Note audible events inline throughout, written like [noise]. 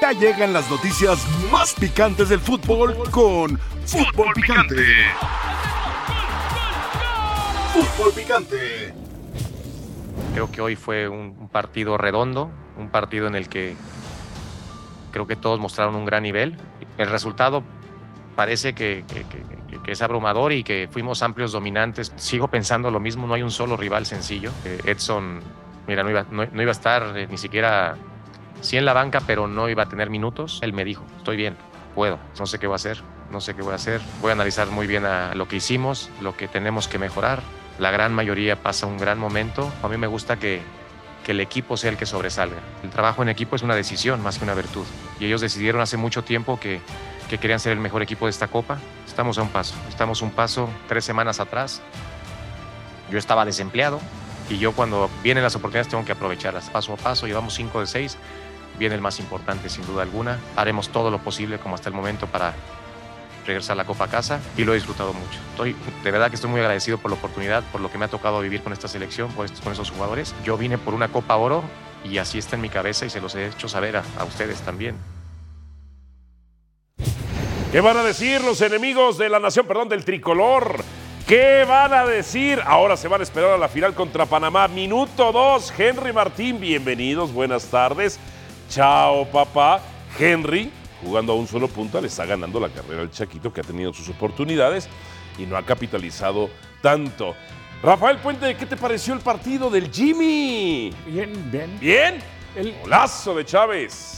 Ya llegan las noticias más picantes del fútbol con Fútbol Picante. Fútbol Picante. Creo que hoy fue un, un partido redondo, un partido en el que creo que todos mostraron un gran nivel. El resultado parece que, que- que- que es abrumador y que fuimos amplios dominantes. Sigo pensando lo mismo, no hay un solo rival sencillo. Eh, Edson, mira, no iba, no- no iba a estar eh, ni siquiera, sí en la banca, pero no iba a tener minutos. Él me dijo, estoy bien, puedo, no sé qué voy a hacer, no sé qué voy a hacer. Voy a analizar muy bien a lo que hicimos, lo que tenemos que mejorar. La gran mayoría pasa un gran momento. A mí me gusta que, que el equipo sea el que sobresalga. El trabajo en equipo es una decisión más que una virtud. Y ellos decidieron hace mucho tiempo que, que querían ser el mejor equipo de esta copa. Estamos a un paso. Estamos un paso tres semanas atrás. Yo estaba desempleado y yo cuando vienen las oportunidades tengo que aprovecharlas paso a paso. Llevamos cinco de seis. Viene el más importante sin duda alguna. Haremos todo lo posible como hasta el momento para regresar la copa a casa y lo he disfrutado mucho. Estoy, de verdad que estoy muy agradecido por la oportunidad, por lo que me ha tocado vivir con esta selección, por estos- con esos jugadores. Yo vine por una Copa Oro y así está en mi cabeza y se los he hecho saber a- a ustedes también. ¿Qué van a decir los enemigos de la nación, perdón, del tricolor? ¿Qué van a decir? Ahora se van a esperar a la final contra Panamá. Minuto 2, Henry Martín, bienvenidos, buenas tardes. Chao, papá. Henry, jugando a un solo punta, le está ganando la carrera al Chaquito, que ha tenido sus oportunidades y no ha capitalizado tanto. Rafael Puente, ¿qué te pareció el partido del Jimmy? Bien, bien. Bien, El, golazo de Chávez.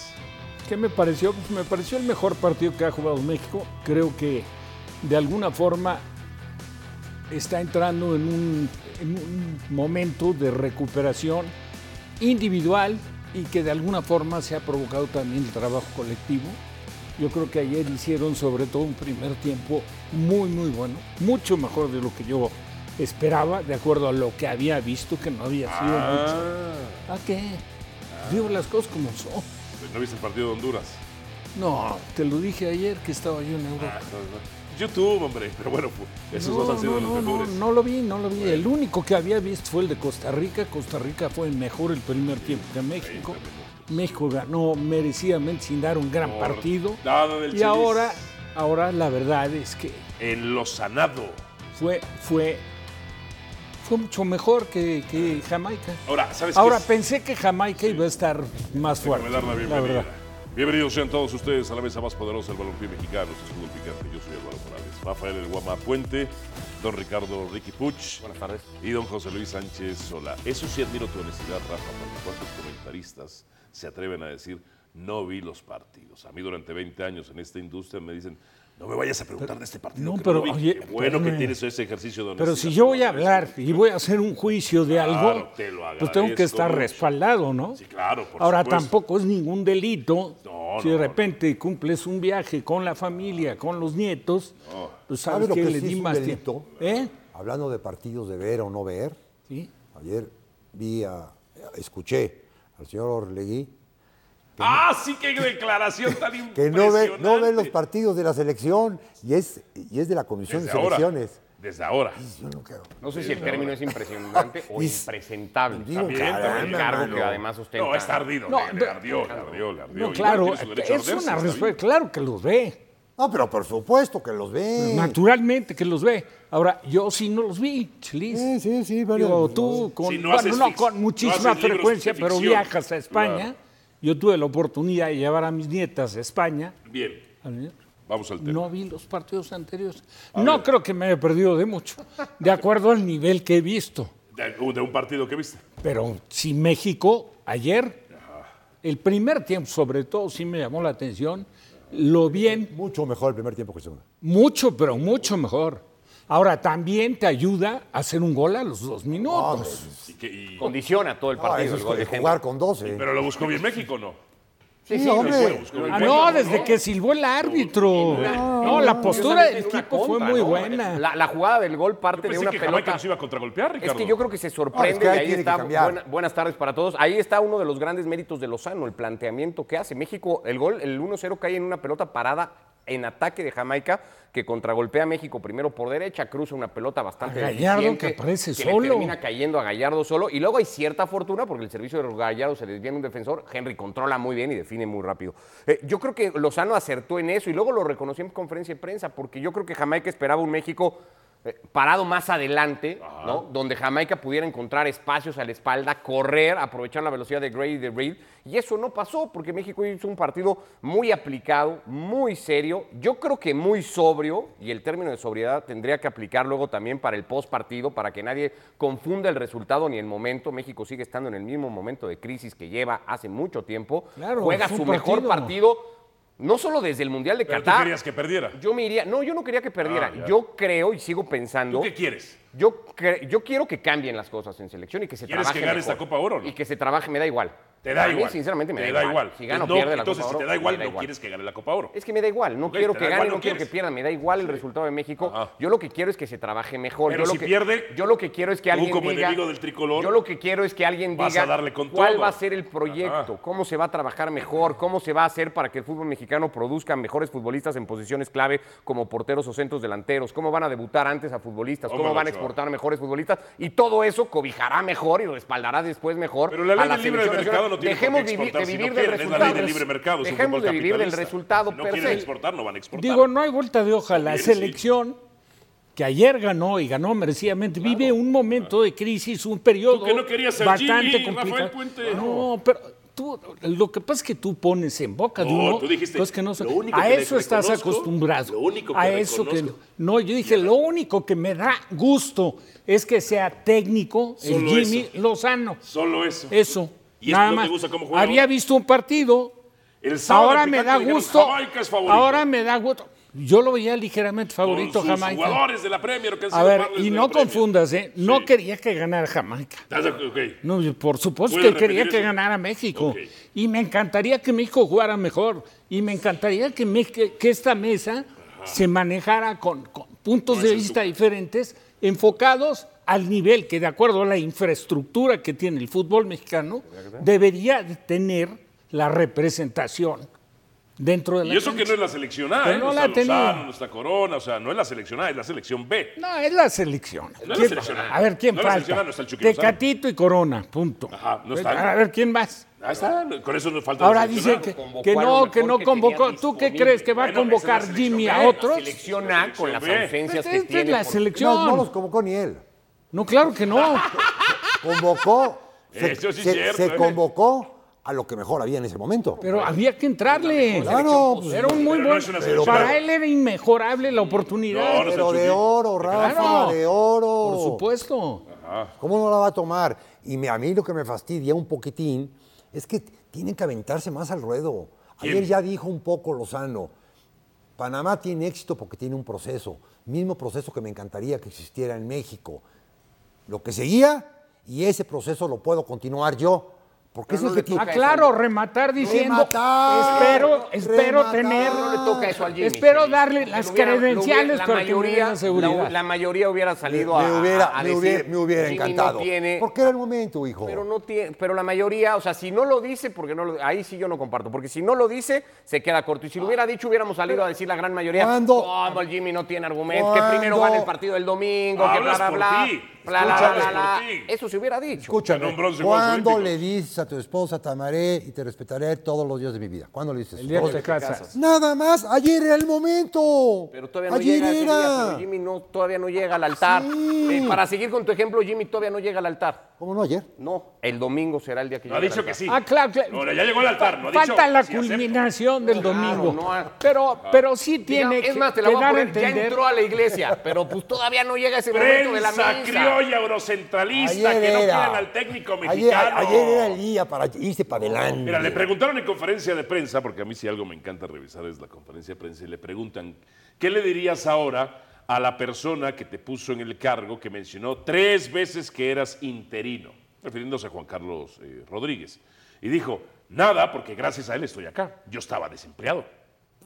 ¿Qué me pareció? Pues me pareció el mejor partido que ha jugado México. Creo que de alguna forma está entrando en un, en un momento de recuperación individual y que de alguna forma se ha provocado también el trabajo colectivo. Yo creo que ayer hicieron sobre todo un primer tiempo muy, muy bueno, mucho mejor de lo que yo esperaba, de acuerdo a lo que había visto, que no había sido mucho. ¿A qué? Digo las cosas como son. ¿No viste el partido de Honduras? No, te lo dije ayer que estaba yo en Europa. Ah, YouTube, hombre. Pero bueno, fu- esos dos han sido no, los no, mejores. no lo vi, no lo vi. El único que había visto fue el de Costa Rica. Costa Rica fue el mejor el primer tiempo que México. México ganó merecidamente sin dar un gran Por partido. nada del Y Chelis. ahora, ahora la verdad es que En lo sanado. fue, fue, fue mucho mejor que, que Jamaica. Ahora, ¿sabes Ahora qué? es? pensé que Jamaica iba a estar más Déjame fuerte. dar la La bienvenida. verdad. Bienvenidos sean todos ustedes a la mesa más poderosa del balompié mexicano. Este es Fútbol Picante. Yo soy Eduardo Morales. Rafael El Guama Puente, don Ricardo Ricky Puch. Buenas tardes. Y don José Luis Sánchez Sola. Eso sí admiro tu honestidad, Rafa, porque cuántos comentaristas se atreven a decir no vi los partidos. A mí durante 20 años en esta industria me dicen no me vayas a preguntar de este partido. no, que pero, vi". oye, Qué bueno que espérame. tienes ese ejercicio de honestidad. Pero si yo voy a Te lo hablar agradezco. y voy a hacer un juicio de Claro, algo, te lo pues tengo que agradezco estar mucho. respaldado, ¿no? Sí, claro, por Ahora supuesto. tampoco es ningún delito. No, si no, no. de repente cumples un viaje con la familia, con los nietos, pues ¿Sabe sabes lo que, que le sí di es un más delito? tiempo. ¿Eh? Hablando de partidos de ver o no ver, Sí. ayer vi a- escuché al señor Orlegui Ah, sí, qué declaración tan [laughs] que no ve, no ve impresionante. los partidos de la selección y es, y es de la Comisión Desde de ahora. Selecciones. Desde ahora. Yo no creo. No sé si el término es [laughs] impresionante o Y- impresentable. digo, también, por el caramba, cargo que mano. además ostenta. No, está ardido. No, le, le pero- ardió, le ardió, le ardió. No, Igual claro, tiene su derecho a es arderse, una está respuesta. bien. Claro que los ve. Pues No, pero por supuesto que los ve. Naturalmente que los ve. Ahora, yo sí no los vi, Chelis. Sí, sí, sí, Digo, varios. tú con, Si no bueno, haces no, fic- con no muchísima haces libros de frecuencia, pero ficción. viajas a España. Claro. Yo tuve la oportunidad de llevar a mis nietas a España. Bien, A ver, vamos al tema. No vi los partidos anteriores. no creo que me haya perdido de mucho, de acuerdo al nivel que he visto. De, de un partido que viste. Pero si México, ayer, el primer tiempo sobre todo, sí me llamó la atención, lo bien Mucho mejor el primer tiempo que el segundo. Mucho, pero mucho mejor. Ahora, también te ayuda a hacer un gol a los dos minutos. Y que- y- Condiciona todo el No, partido. Ah, eso es el gol de jugar Henry. con 12. pero lo buscó bien México, ¿no? sí, hombre. Buscó bien Ah, México, no, desde que silbó el árbitro. No, la postura del equipo fue muy buena. La, la jugada del gol parte de Pensé una que Jamaica pelota. nos iba a contragolpear, Ricardo. Es que yo creo que se sorprende No, es que ahí y ahí tiene que está. cambiar. buena- buenas tardes para todos. Ahí está uno de los grandes méritos de Lozano, el planteamiento que hace. México, el gol, el 1-0 cae en una pelota parada en ataque de Jamaica que contragolpea a México primero por derecha, cruza una pelota bastante A Gallardo, deficiente, que aparece le solo. termina cayendo a Gallardo solo y luego hay cierta fortuna porque el servicio de Gallardo se desvía en un defensor, Henry controla muy bien y define muy rápido. Eh, yo creo que Lozano acertó en eso y luego lo reconoció en conferencia de prensa porque yo creo que Jamaica esperaba un México eh, parado más adelante, ¿no? donde Jamaica pudiera encontrar espacios a la espalda, correr, aprovechar la velocidad de Gray y de Reed. Y eso no pasó porque México hizo un partido muy aplicado, muy serio, yo creo que muy sobrio, y el término de sobriedad tendría que aplicar luego también para el post partido, para que nadie confunda el resultado ni el momento. México sigue estando en el mismo momento de crisis que lleva hace mucho tiempo. Claro, Juega fue su un mejor partido. partido. No solo desde el Mundial de Pero tú Qatar. querías que perdiera. Yo me iría. No, yo no quería que perdiera. Ah, ya. yo creo y sigo pensando. ¿Tú qué quieres? Yo, cre- yo quiero que cambien las cosas en selección y que se ¿Quieres trabaje. que gane mejor. esta Copa Oro o no? Y que se trabaje, me da igual. Te da A mí, igual. sinceramente, me te da, igual. Si gana o No, pierde la entonces, Copa si te Oro, da me igual, no quieres que gane la Copa Oro. Es que me da igual, no Ok, quiero te que da gane, igual, no no quiero que quieres. pierda, me da igual el resultado de México. Ajá. Yo lo que quiero es que se trabaje mejor. Pero yo si lo que, pierde, yo lo que quiero es que tú alguien como diga- enemigo del tricolor, Yo lo que quiero es que alguien vas diga a darle con cuál todo. va a ser el proyecto, Ajá. cómo se va a trabajar mejor, cómo se va a hacer para que el fútbol mexicano produzca mejores futbolistas en posiciones clave como porteros o centros delanteros, cómo van a debutar antes a futbolistas, cómo Tómala, van a chaval. exportar mejores futbolistas y todo eso cobijará mejor y respaldará después mejor Pero la ley a la del libre selección mercado nacional. no tiene por Dejemos qué vivi- exportar de si no vivir del quieren, es la resultado. ley del libre mercado, es un Dejemos fútbol de vivir del capitalista. resultado Si no per quieren se. exportar, no van a exportar. Digo, no hay vuelta de hoja. La Sí, sí. selección que ayer ganó y ganó merecidamente vive un momento de crisis, un periodo Tú que no querías al bastante Jimmy, complicado. Rafael Puente. No, pero tú, lo que pasa es que tú pones en boca de No, uno tú dijiste, cosas que no son- lo único a que eso estás reconozco, acostumbrado. lo único que a eso que reconozco. no, yo dije, lo único que me da gusto es que sea técnico el Solo Jimmy eso. Lozano. Solo eso. Eso. ¿Y es que nada no te más. gusta cómo juega? Había visto un partido El sábado Ahora el me Picante da dijeron, gusto. Jamaica es favorito. Ahora me da gusto. Yo lo veía ligeramente Con favorito sus Jamaica. jugadores de la Premier que han A sido ver, partners y de la no Premier. confundas, ¿eh? No Sí. quería que ganara Jamaica. ¿Estás de acuerdo? Ok. No, yo por supuesto ¿Puedes que quería repetir que eso? ganara México. Ok. Y me encantaría que México jugara mejor. Y me encantaría que, me- que- que esta mesa se manejara con, con puntos No, de ese es vista tu- diferentes, enfocados al nivel que, de acuerdo a la infraestructura que tiene el fútbol mexicano, debería de tener la representación dentro de la Y eso que cancha. no es la selección A, Que ¿eh? no no la está Lozano, tenía. no está Corona, o sea, no es la selección A, es la selección B. No, es la selección. la ¿Quién- selección. A ver, ¿quién No es la falta? selección, no está el Chucky Lozano. Tecatito y Corona, punto. Pues, Ajá, no están. a ver, ¿quién más? Ahí está, con eso nos falta la Ahora selección dice A. que, Convocó que a lo no, mejor que no que convocó. tenía ¿Tú qué crees que va a Bueno, convocar esa es la Jimmy selección a B, otros? Selección A con las Selección B. ausencias Esta que es tiene. la por- selección. No, No, no los convocó ni él. claro que no. Convocó. Eso sí es se- cierto, se ¿eh? convocó a lo que mejor había en ese momento. Pero había que entrarle. Claro, pues, Era un muy Pero no buen. es una selección Para B. él era inmejorable No, la oportunidad. no es el pero de Chucky. oro, Rafa, Claro. de oro. Por supuesto. ¿Cómo no la va a tomar? Y me- a mí lo que me fastidia un poquitín es que t- tienen que aventarse más al ruedo. Ayer ¿Quién? ya dijo un poco Lozano, Panamá tiene éxito porque tiene un proceso, mismo proceso que me encantaría que existiera en México. Lo que seguía y ese proceso lo puedo continuar yo, porque Pero es no el le que tiene- Ah, claro, rematar diciendo. Espero, espero rematar. tener. No le toca eso al Jimmy. Espero Felipe. darle las Lo hubiera- lo hubiera- credenciales la para que me mayoría- den la seguridad. La, la mayoría hubiera salido me, a- hubiera, a, a me decir, hubiera- me hubiera "Jimmy no encantado. tiene- Porque era el momento, hijo. Pero no tiene, pero la mayoría, o sea, si no lo dice, porque no lo- ahí sí yo no comparto, porque si no lo dice, se queda corto. Y si lo hubiera dicho, hubiéramos salido a decir la gran mayoría. ¿Cuándo? "Cómo el Jimmy no tiene argumento, que ¿Cuándo? primero gana el partido del domingo, que bla Hablas bla por bla. ti. bla, bla, Escuchas bla, bla, por ti. bla". Eso se hubiera dicho. Escúchame, Ganó un bronce en Juegos ¿cuándo le Olímpicos. dices a tu esposa te amaré y te respetaré todos los días de mi vida? ¿Cuándo le dices? El día que Hoy. te casas. Nada más, ayer era el momento. Pero todavía no ayer llega ese día, era. pero Jimmy no, todavía no llega al altar. Sí. Eh, para seguir con tu ejemplo, Jimmy todavía no llega al altar. ¿Cómo no ayer? No, el domingo será el día que No llega ha dicho al que altar. sí. Ah, claro, claro. Ahora ya llegó al altar, no ha dicho. Falta la sí, acepto. Ah. culminación del Claro, domingo. no ha- pero, pero sí Diga, tiene es que, más, te la que voy a dar a poner, ya entender. entró a la iglesia, pero pues todavía no llega [laughs] ese momento de la Prensa misa. criolla eurocentralista Ayer que no era. quieren al técnico Ayer, mexicano. ayer era el día para irse para adelante. Mira, le preguntaron en conferencia de prensa, porque a mí si algo me encanta revisar es la conferencia de prensa, y le preguntan, ¿qué le dirías ahora a la persona que te puso en el cargo que mencionó tres veces que eras interino? Refiriéndose a Juan Carlos eh, Rodríguez. Y dijo, nada, porque gracias a él estoy acá. Yo estaba desempleado.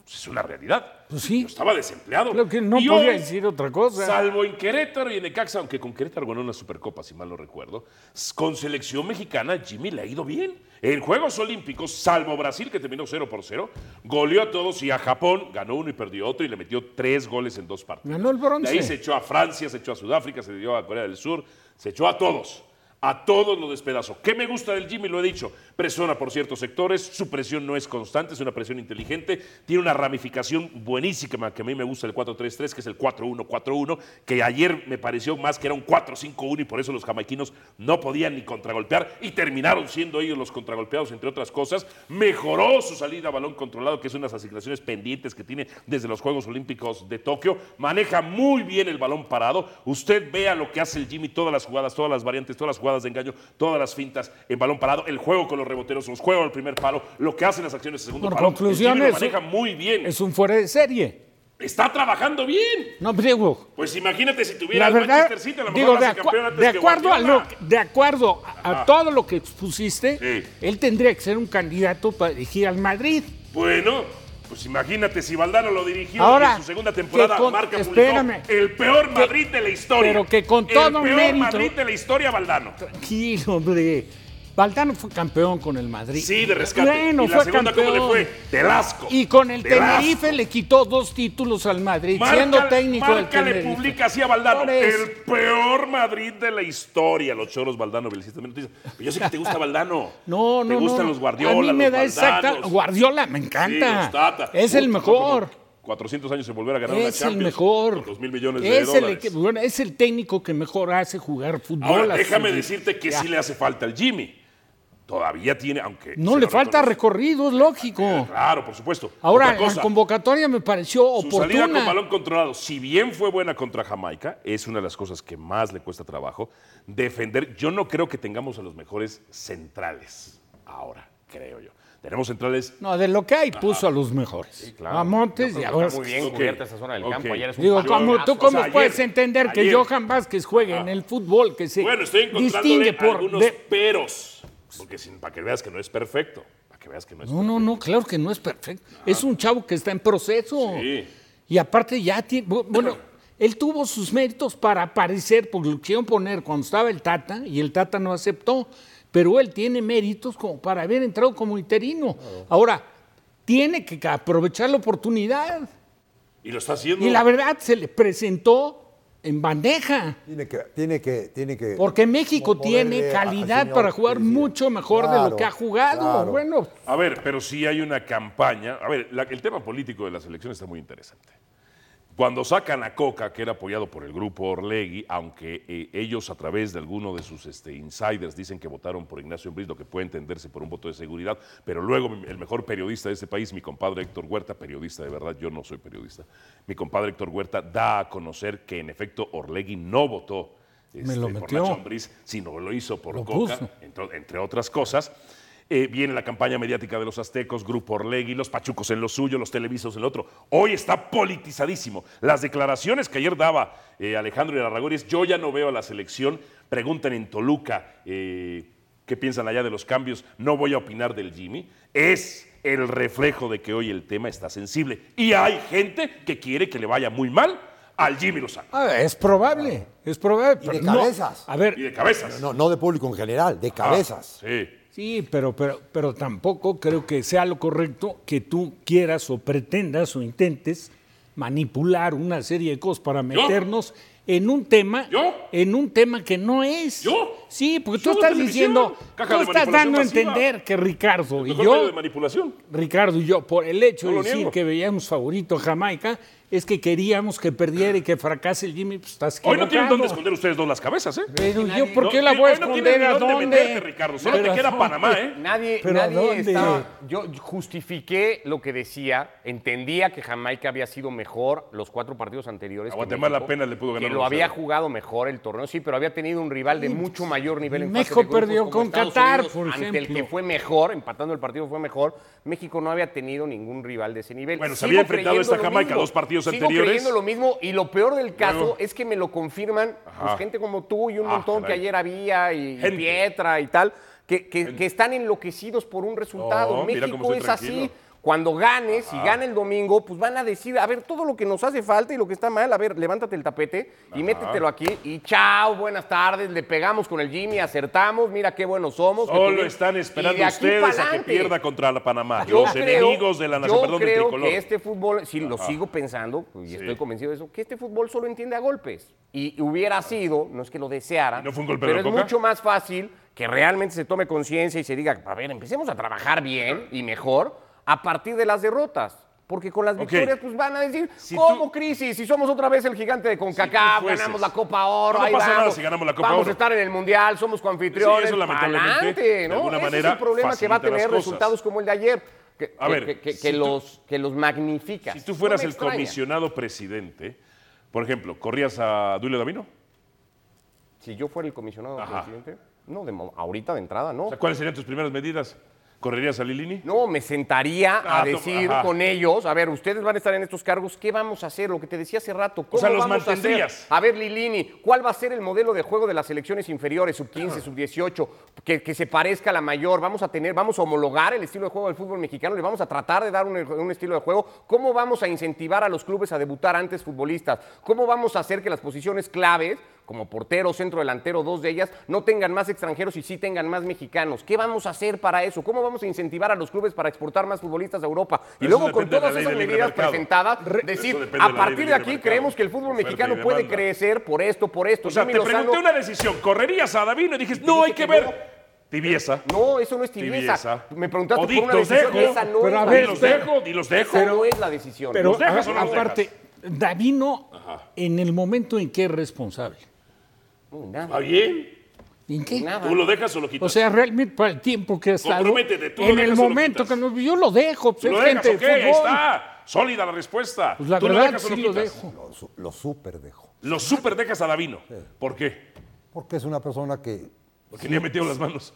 Es una realidad. Pues sí. Yo estaba desempleado. Claro que no Y podía hoy, decir otra cosa. Salvo en Querétaro y en Necaxa, aunque con Querétaro ganó una Supercopa, si mal no recuerdo. s- Con selección mexicana, Jimmy le ha ido bien. En Juegos Olímpicos, salvo Brasil, que terminó 0 por 0, goleó a todos y a Japón ganó uno y perdió otro y le metió tres goles en dos partidos. Ganó el bronce. De ahí se echó a Francia, se echó a Sudáfrica, se dio a Corea del Sur, se echó a todos. A todos los despedazó. ¿Qué me gusta del Jimmy? Lo he dicho. Presiona por ciertos sectores, su presión no es constante, es una presión inteligente, tiene una ramificación buenísima que a mí me gusta el 4-3-3, que es el 4-1-4-1, que ayer me pareció más que era un 4-5-1 y por eso los jamaiquinos no podían ni contragolpear y terminaron siendo ellos los contragolpeados, entre otras cosas. Mejoró su salida a balón controlado, que es unas asignaciones pendientes que tiene desde los Juegos Olímpicos de Tokio. Maneja muy bien el balón parado. Usted vea lo que hace el Jimmy, todas las jugadas, todas las variantes, todas las jugadas de engaño, todas las fintas en balón parado, el juego con los reboteros, los juegos al primer palo, lo que hacen las acciones de segundo Por palo. conclusión, el Jimmy lo es un- maneja muy bien. Es un fuera de serie. Está trabajando bien. No, digo, Pues imagínate si tuviera la el verdad, Manchester City, a lo mejor digo, lo de, hace acua- campeón antes de que acuerdo a Guardiola. Ah. lo, de acuerdo a, a todo lo que expusiste, Sí. él tendría que ser un candidato para dirigir al Madrid. Bueno, pues imagínate si Valdano lo dirigió Ahora, y en su segunda temporada que con- marca publicó espérame. el peor Madrid de la historia. pero que con el todo peor mérito- Madrid de la historia Valdano. Tranquilo, hombre. Valdano fue campeón con el Madrid. Sí, de rescate. Bueno, y la fue segunda cómo le campeón. fue? Del asco. Y con el Del Tenerife asco. le quitó dos títulos al Madrid, Marca- siendo técnico del Marca le Tenerife. publica así a Valdano. Por eso. El peor Madrid de la historia. Los choros Valdano, Belicis, también te dicen, "Pero Yo sé que te gusta Valdano. No, no, Te no, gustan no. los Guardiola. A mí me los da exacta. Valdanos. Guardiola me Sí, encanta. los Tata. Es Uy, el costó como mejor. 400 años en volver a ganar una Es Champions. el mejor. con 2 mil millones pues, de es el, dólares. equi- bueno, es el técnico que mejor hace jugar fútbol. Ahora, a su- déjame decirte que Ya. sí le hace falta al Jimmy. Todavía tiene, aunque. No se le lo falta reconoce. recorrido, es lógico. Claro, por supuesto. Ahora, Otra cosa, la convocatoria me pareció su salida con oportuna. balón controlado, si bien fue buena contra Jamaica, es una de las cosas que más le cuesta trabajo defender. Yo no creo que tengamos a los mejores centrales ahora, creo yo. Tenemos centrales No, de lo que hay, puso a los mejores. claro. A Montes y Está ahora. muy bien Ok, cubierta esa zona del ok. campo. Ayer es un Digo, partidazo. ¿cómo, ¿tú cómo O sea, puedes ayer, entender que ayer. Ah. Johan Vázquez juegue en el fútbol que se Bueno, estoy encontrándole distingue por. algunos de- peros. Porque sin, para que veas que no es perfecto. Para que veas que no es No, no, no, claro que no es perfecto. Es un chavo que está en proceso. Sí. Y aparte ya tiene, bu- [clears throat] bueno, él tuvo sus méritos para aparecer, porque lo quisieron poner cuando estaba el Tata y el Tata no aceptó, pero él tiene méritos como para haber entrado como interino. Ahora, tiene que ca- aprovechar la oportunidad. Y lo está haciendo. Y la verdad, se le presentó en bandeja. Tiene que, tiene que, tiene que. Porque México mo- tiene moverle a- al calidad señor para jugar Pellicer. mucho mejor de lo Claro, que ha jugado. claro. Bueno, A ver, pero sí hay una campaña. A ver, la- el tema político de la selección está muy interesante. Cuando sacan a Coca, que era apoyado por el grupo Orlegui, aunque eh, ellos a través de alguno de sus este, insiders dicen que votaron por Ignacio Embriz, lo que puede entenderse por un voto de seguridad, pero luego mi- el mejor periodista de este país, mi compadre Héctor Huerta, periodista de verdad, yo no soy periodista, mi compadre Héctor Huerta da a conocer que en efecto Orlegui no votó este, Me lo por metió. Nacho Ambriz, sino lo hizo por Lo Coca, puso. entro- entre otras cosas. Eh, viene la campaña mediática de los aztecos, Grupo Orlegui, los pachucos en lo suyo, los televisos en lo otro. Hoy está politizadísimo. Las declaraciones que ayer daba eh, Alejandro Irarragorri es, yo ya no veo a la selección. Preguntan en Toluca eh, qué piensan allá de los cambios. No voy a opinar del Jimmy. Es el reflejo de que hoy el tema está sensible. Y hay gente que quiere que le vaya muy mal al Jimmy Lozano. ah, es probable, es probable. Y de pero no. cabezas. A Y ver, de cabezas. Ah. No, no de público en general, de cabezas. Sí. sí, pero, pero, pero tampoco creo que sea lo correcto que tú quieras o pretendas o intentes manipular una serie de cosas para meternos en un tema ¿Yo? en un tema que no es. ¿Yo? Sí, porque Yo tú hago estás televisión, diciendo, caja tú de estás manipulación dando a masiva. entender que Ricardo y Mejor medio yo de manipulación. Ricardo y yo, por el hecho No lo de decir niego. que veíamos favorito a Jamaica, es que queríamos que perdiera y que fracase el Jimmy, pues estás Hoy no tienen equivocado. dónde esconder ustedes dos las cabezas, ¿eh? Pero yo, ¿por No, qué la sí, voy a hoy no tienen esconder ni a dónde dónde? meterte, Ricardo. Solo Pero te queda ¿a Panamá, pues, dónde? ¿eh? Nadie, ¿Pero a nadie dónde? estaba- Yo justifiqué lo que decía, entendía que Jamaica había sido mejor los cuatro partidos anteriores. que A Guatemala México, apenas le pudo ganar Que lo 1-0. había jugado mejor el torneo, sí, pero había tenido un rival de mucho mayor nivel en fase pues, México de grupos perdió como con Estados Qatar, Unidos, por ante el ejemplo. que fue mejor, empatando el partido fue mejor. México no había tenido ningún rival de ese nivel. Bueno, se Sigo había enfrentado creyendo esta lo Jamaica mismo, dos partidos sigo anteriores. creyendo lo mismo y lo peor del caso Luego. es que me lo confirman pues, Ajá. gente como tú y un Ah, montón que caray. ayer había y, Gente. Pietra y tal, que, que- que están enloquecidos por un resultado. No, Oh, mira cómo México estoy es así. tranquilo. Ah. Cuando gane, si gana el domingo, pues van a decir, a ver, todo lo que nos hace falta y lo que está mal, a ver, levántate el tapete y métetelo aquí y chao, buenas tardes, le pegamos con el Jimmy, acertamos, mira qué buenos somos. que Solo tuvimos- están y esperando de aquí ustedes a que pa'lante. pierda contra la Panamá. Yo los creo- enemigos de la nación, yo perdón, del creo tricolor. que este fútbol, si lo sigo pensando, pues, y estoy convencido de eso, que este fútbol solo entiende a golpes. Y hubiera sido, no es que lo deseara, ¿Y no fue un golpe pero de es coca? mucho más fácil que realmente se tome conciencia y se diga, a ver, empecemos a trabajar bien y mejor a partir de las derrotas. Porque con las Ok. victorias, pues van a decir, Si ¿cómo tú- crisis? Si somos otra vez el gigante de CONCACAF, fueses- ganamos la Copa Oro, No ahí pasa nada vamos, si ganamos la Copa vamos Oro. a estar en el Mundial, somos Sí, coanfitriones, eso lamentablemente, pa'lante, ¿no? de alguna Ese es manera, el problema que va a facilita las tener cosas. resultados como el de ayer. Que, A que- ver, que- que- si que tú- los, que los magnifica. Si tú fueras No me el extraña. comisionado presidente, por ejemplo, ¿corrías a Duilio Davino? Si yo fuera el comisionado Ajá. presidente, no, de mo- ahorita de entrada, no. O sea, ¿Cuáles serían tus primeras medidas? ¿Correrías a Lilini? No, me sentaría Ah, a no, decir ajá. con ellos, a ver, ustedes van a estar en estos cargos, ¿qué vamos a hacer? Lo que te decía hace rato, ¿cómo sea, los vamos mantendrías. a hacer? A ver, Lilini, ¿cuál va a ser el modelo de juego de las selecciones inferiores, sub 15, sub 18, que, que se parezca a la mayor? Vamos a tener, vamos a homologar el estilo de juego del fútbol mexicano, le vamos a tratar de dar un, un estilo de juego. ¿Cómo vamos a incentivar a los clubes a debutar antes futbolistas? ¿Cómo vamos a hacer que las posiciones claves como portero, centro delantero, dos de ellas, no tengan más extranjeros y sí tengan más mexicanos. ¿Qué vamos a hacer para eso? ¿Cómo vamos a incentivar a los clubes para exportar más futbolistas a Europa? y Pero luego eso con depende de la todas ley esas del libre medidas mercado. presentadas, Re- Eso decir, depende de a la ley partir del de libre aquí mercado. creemos que el fútbol Oferta y mexicano puede demanda. crecer por esto, por esto. O sea, Jimmy te Lozano- pregunté una decisión. ¿Correrías a Davino? Y dijiste, no, hay que ver. Tibieza. No, eso no es tibieza. Tibieza. Me preguntaste O por una dictos decisión. dejo. Esa no Pero es la a ver, Y los decisión. dejo, y los dejo. Esa no es la decisión. Pero ¿Los dejas a- o no los aparte, Davino, en el momento en que es responsable. No, ¿Está nada, bien? ¿En qué? nada. ¿Tú lo dejas o lo quitas? O sea, realmente para el tiempo que ha estado. Comprométete, tú lo En el dejas o lo momento que quitas. no- yo lo dejo, pues, ¿Tú lo es dejas? gente Ok, de ahí fútbol. está. Sólida la respuesta. Pues la ¿Tú verdad lo dejas o lo sí lo quitas? dejo. Lo, su- lo super dejo. Lo super dejas a Davino. ¿Por qué? Porque es una persona que. Porque ni ha metido las manos.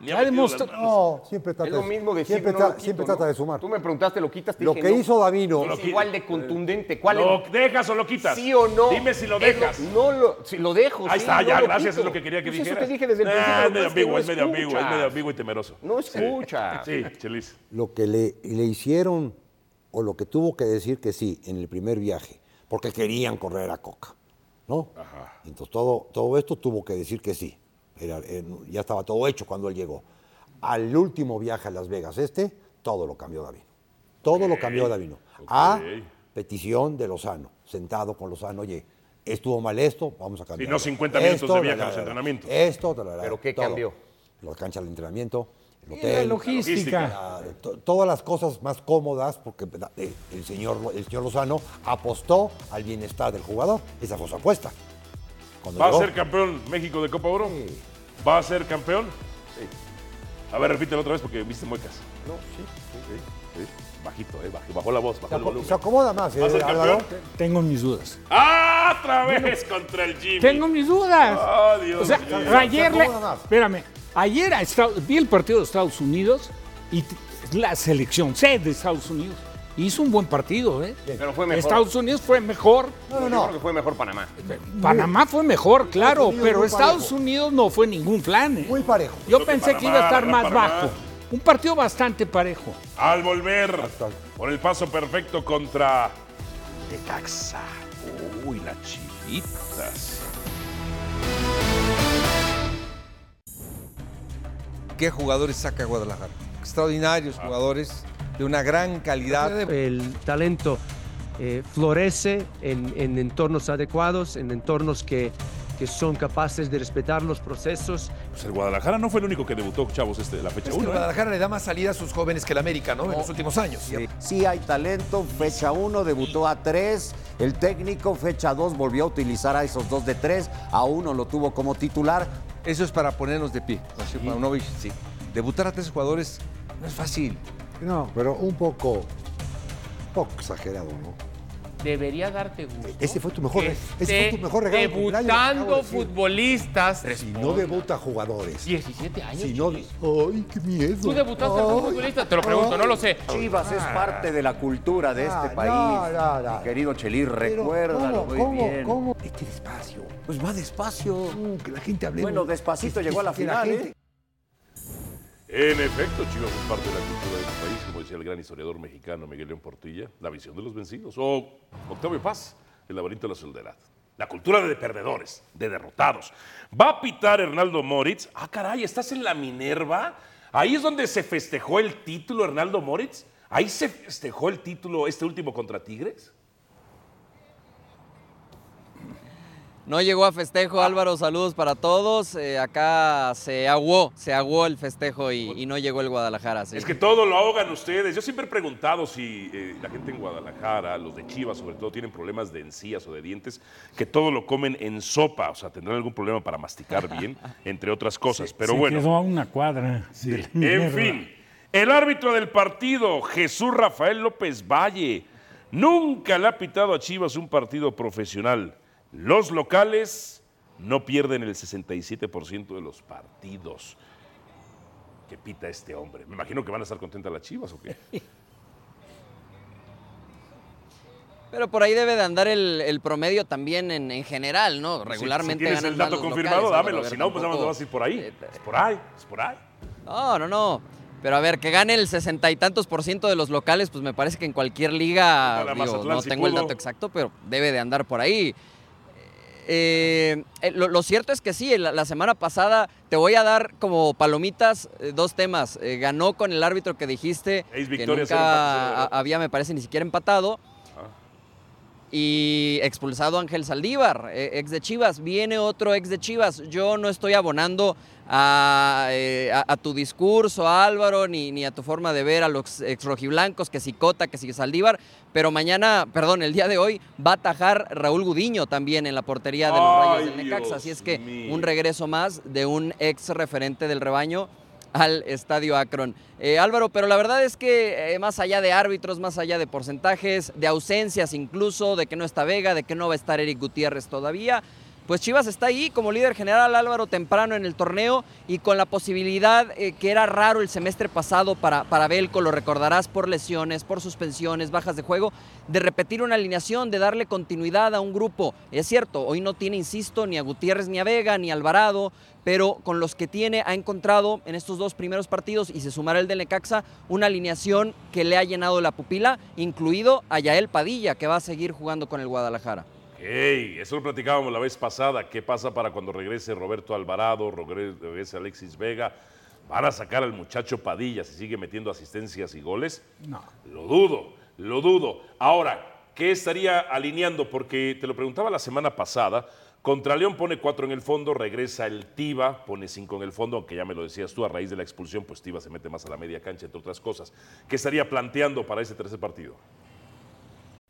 Ni Ha metido las demostrado- manos. No, siempre trata, Es lo de- mismo decir siempre no tra- lo quito, siempre ¿no? trata de sumar. Tú me preguntaste, lo quitas, te Lo dije, que no. hizo Davino. No lo es quito. igual de contundente. ¿Cuál es? ¿Lo dejas o lo quitas? ¿Sí o no? Dime si lo Es lo- dejas. no lo, si lo dejo. sí, Ahí está, no ya, lo gracias, quito. es lo que quería que Pues dijeras. Eso te dije desde el Nah, principio. es lo que medio pasa que ambiguo, es medio no ambiguo, es escuchas. Ah, medio ambiguo y temeroso. No escucha. Sí, Chelis. lo que le, le hicieron o lo que tuvo que decir que sí en el primer viaje, porque querían correr a Coca, ¿no? Entonces todo, todo esto tuvo que decir que sí. Era- eh, no, ya estaba todo hecho cuando él llegó. Al último viaje a Las Vegas, este, todo lo cambió Davino. Todo lo cambió Davino. Ah, A petición de Lozano, sentado con Lozano, oye, estuvo mal esto, vamos a cambiar. no 50 minutos de viaje a los entrenamientos. Esto, la, la, la, ¿Pero qué todo. cambió? La cancha de entrenamiento, el Y La hotel, logística. Ah, to- todas las cosas más cómodas, porque da- eh, el señor, Lo- el señor Lozano apostó al bienestar del jugador. Esa fue su apuesta. Cuando ¿Va a llegó, ser campeón México de Copa Oro? ¿Va a ser campeón? A ver, repítelo otra vez porque viste muecas. No, sí, sí, sí. Bajito, eh, bajó, bajó la voz, se, bajó el aco- volumen. se acomoda más, ¿Va a eh, ser Álvaro. campeón? Tengo mis dudas. ¡Ah, otra vez contra el Jimmy! Tengo mis dudas. ¡Ah, Dios O sea, mío! ayer, le- acomoda más. espérame, ayer a Estados- vi el partido de Estados Unidos y t- la selección C de Estados Unidos hizo un buen partido, ¿eh? Pero fue mejor. Estados Unidos fue mejor, No, no, Yo no. creo que fue mejor Panamá. Panamá fue mejor, claro, Unidos pero muy Estados parejo. Unidos no fue ningún plan. ¿eh? Muy parejo. Creo Yo que pensé que iba a Panamá, estar ganó más Panamá. bajo. Un partido bastante parejo. Al volver, por el paso perfecto contra Necaxa. Uy, las chivitas. qué jugadores saca Guadalajara. Extraordinarios Ah. jugadores de una gran calidad. El talento eh, florece en, en entornos adecuados, en entornos que, que son capaces de respetar los procesos. Pues el Guadalajara no fue el único que debutó, chavos, este, la fecha Es que el 1. Guadalajara le da más salida a sus jóvenes que el América, ¿no? En los últimos años. Sí hay talento, fecha 1 debutó a 3, el técnico fecha 2 volvió a utilizar a esos dos de 3, a uno lo tuvo como titular, Eso es para ponernos de pie. Así, Paunovic, sí. Debutar a tres jugadores no es fácil. No, pero un poco, un poco exagerado, ¿no? debería darte gusto. Ese fue tu mejor que re- ese fue tu esté mejor regalo de cumpleaños, acabo de Debutando decir. futbolistas. Si no debuta jugadores. 17 años. Si no, Chivas. ay, qué miedo. ¿Tú debutaste como Ay. futbolista? Te lo pregunto, no lo sé. Chivas es Ah. parte de la cultura de Ah, este no, país. no, no. Mi querido Chelis, Pero, recuérdalo ¿cómo, muy cómo, bien. ¿Cómo? Este despacio. Pues va despacio. Mm, que la gente hable. Bueno, despacito Que- llegó a la que final, gente- ¿eh? En efecto, Chivas es parte de la cultura de su país, como decía decía el gran historiador mexicano Miguel León Portilla, La visión de los vencidos, o Octavio Paz, El laberinto de la soledad. La cultura de perdedores, de derrotados. Va a pitar Hernaldo Moritz. Ah, caray, ¿estás en la Minerva? Ahí es donde se festejó el título Hernaldo Moritz. Ahí se festejó el título este último contra Tigres. No llegó a festejo, Ah. Álvaro. Saludos para todos. Eh, acá se aguó, se aguó el festejo y, y no llegó el Guadalajara. sí. Es que todo lo ahogan ustedes. Yo siempre he preguntado si eh, la gente en Guadalajara, los de Chivas sobre todo, tienen problemas de encías o de dientes, que todo lo comen en sopa. O sea, tendrán algún problema para masticar [laughs] bien, entre otras cosas. Pero Se bueno. Quedó a una cuadra. de la En Minerva. fin, el árbitro del partido, Jesús Rafael López Valle, nunca le ha pitado a Chivas un partido profesional. Los locales no pierden el 67% de los partidos que pita este hombre. Me imagino que van a estar contentas las Chivas o qué. Pero por ahí debe de andar el, el promedio también en, en general, ¿no? [laughs] Regularmente. Si tienes ganan el más dato los confirmado, locales, Álvaro. A dámelo. ver, Si no, pues nada más tampoco- Eh, lo vas a ir por ahí. Es por ahí, es por ahí. No, no, no. Pero a ver, que gane el sesenta y tantos por ciento de los locales, pues me parece que en cualquier liga, Dale a digo, Mazatlán no si tengo el pudo. dato exacto, pero debe de andar por ahí. Eh, eh, lo, lo cierto es que sí, la, la semana pasada te voy a dar como palomitas eh, dos temas. Eh, ganó con el árbitro que dijiste, Seis que nunca victorias, cero empates, cero a- había, me parece, ni siquiera empatado. Y expulsado Ángel Saldívar, eh, ex de Chivas. Viene otro ex de Chivas. Yo no estoy abonando a, eh, a- a tu discurso, Álvaro, ni, ni a tu forma de ver a los ex rojiblancos, que si Cota, que si Saldívar. Pero mañana, perdón, el día de hoy va a atajar Raúl Gudiño también en la portería de los Rayos del Ay, Necaxa. Dios Así es que mío. un regreso más de un ex referente del rebaño al Estadio Akron. Eh, Álvaro, pero la verdad es que eh, más allá de árbitros, más allá de porcentajes, de ausencias incluso, de que no está Vega, de que no va a estar Eric Gutiérrez todavía, pues Chivas está ahí como líder general Álvaro temprano en el torneo y con la posibilidad eh, que era raro el semestre pasado para, para Belco, lo recordarás por lesiones, por suspensiones, bajas de juego, de repetir una alineación, de darle continuidad a un grupo. Es cierto, hoy no tiene, insisto, ni a Gutiérrez, ni a Vega, ni a Alvarado, pero con los que tiene ha encontrado en estos dos primeros partidos y se sumará el del Necaxa una alineación que le ha llenado la pupila, incluido a Yael Padilla, que va a seguir jugando con el Guadalajara. Ok, eso lo platicábamos la vez pasada. ¿Qué pasa para cuando regrese Roberto Alvarado, regre- regrese Alexis Vega? ¿Van a sacar al muchacho Padilla si sigue metiendo asistencias y goles? No. Lo dudo, lo dudo. Ahora, ¿qué estaría alineando? Porque te lo preguntaba la semana pasada. Contra León pone cuatro en el fondo, regresa el Tiva, pone cinco en el fondo, aunque ya me lo decías tú, a raíz de la expulsión, pues Tiva se mete más a la media cancha, entre otras cosas. ¿Qué estaría planteando para ese tercer partido?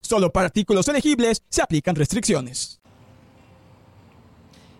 Solo para artículos elegibles se aplican restricciones.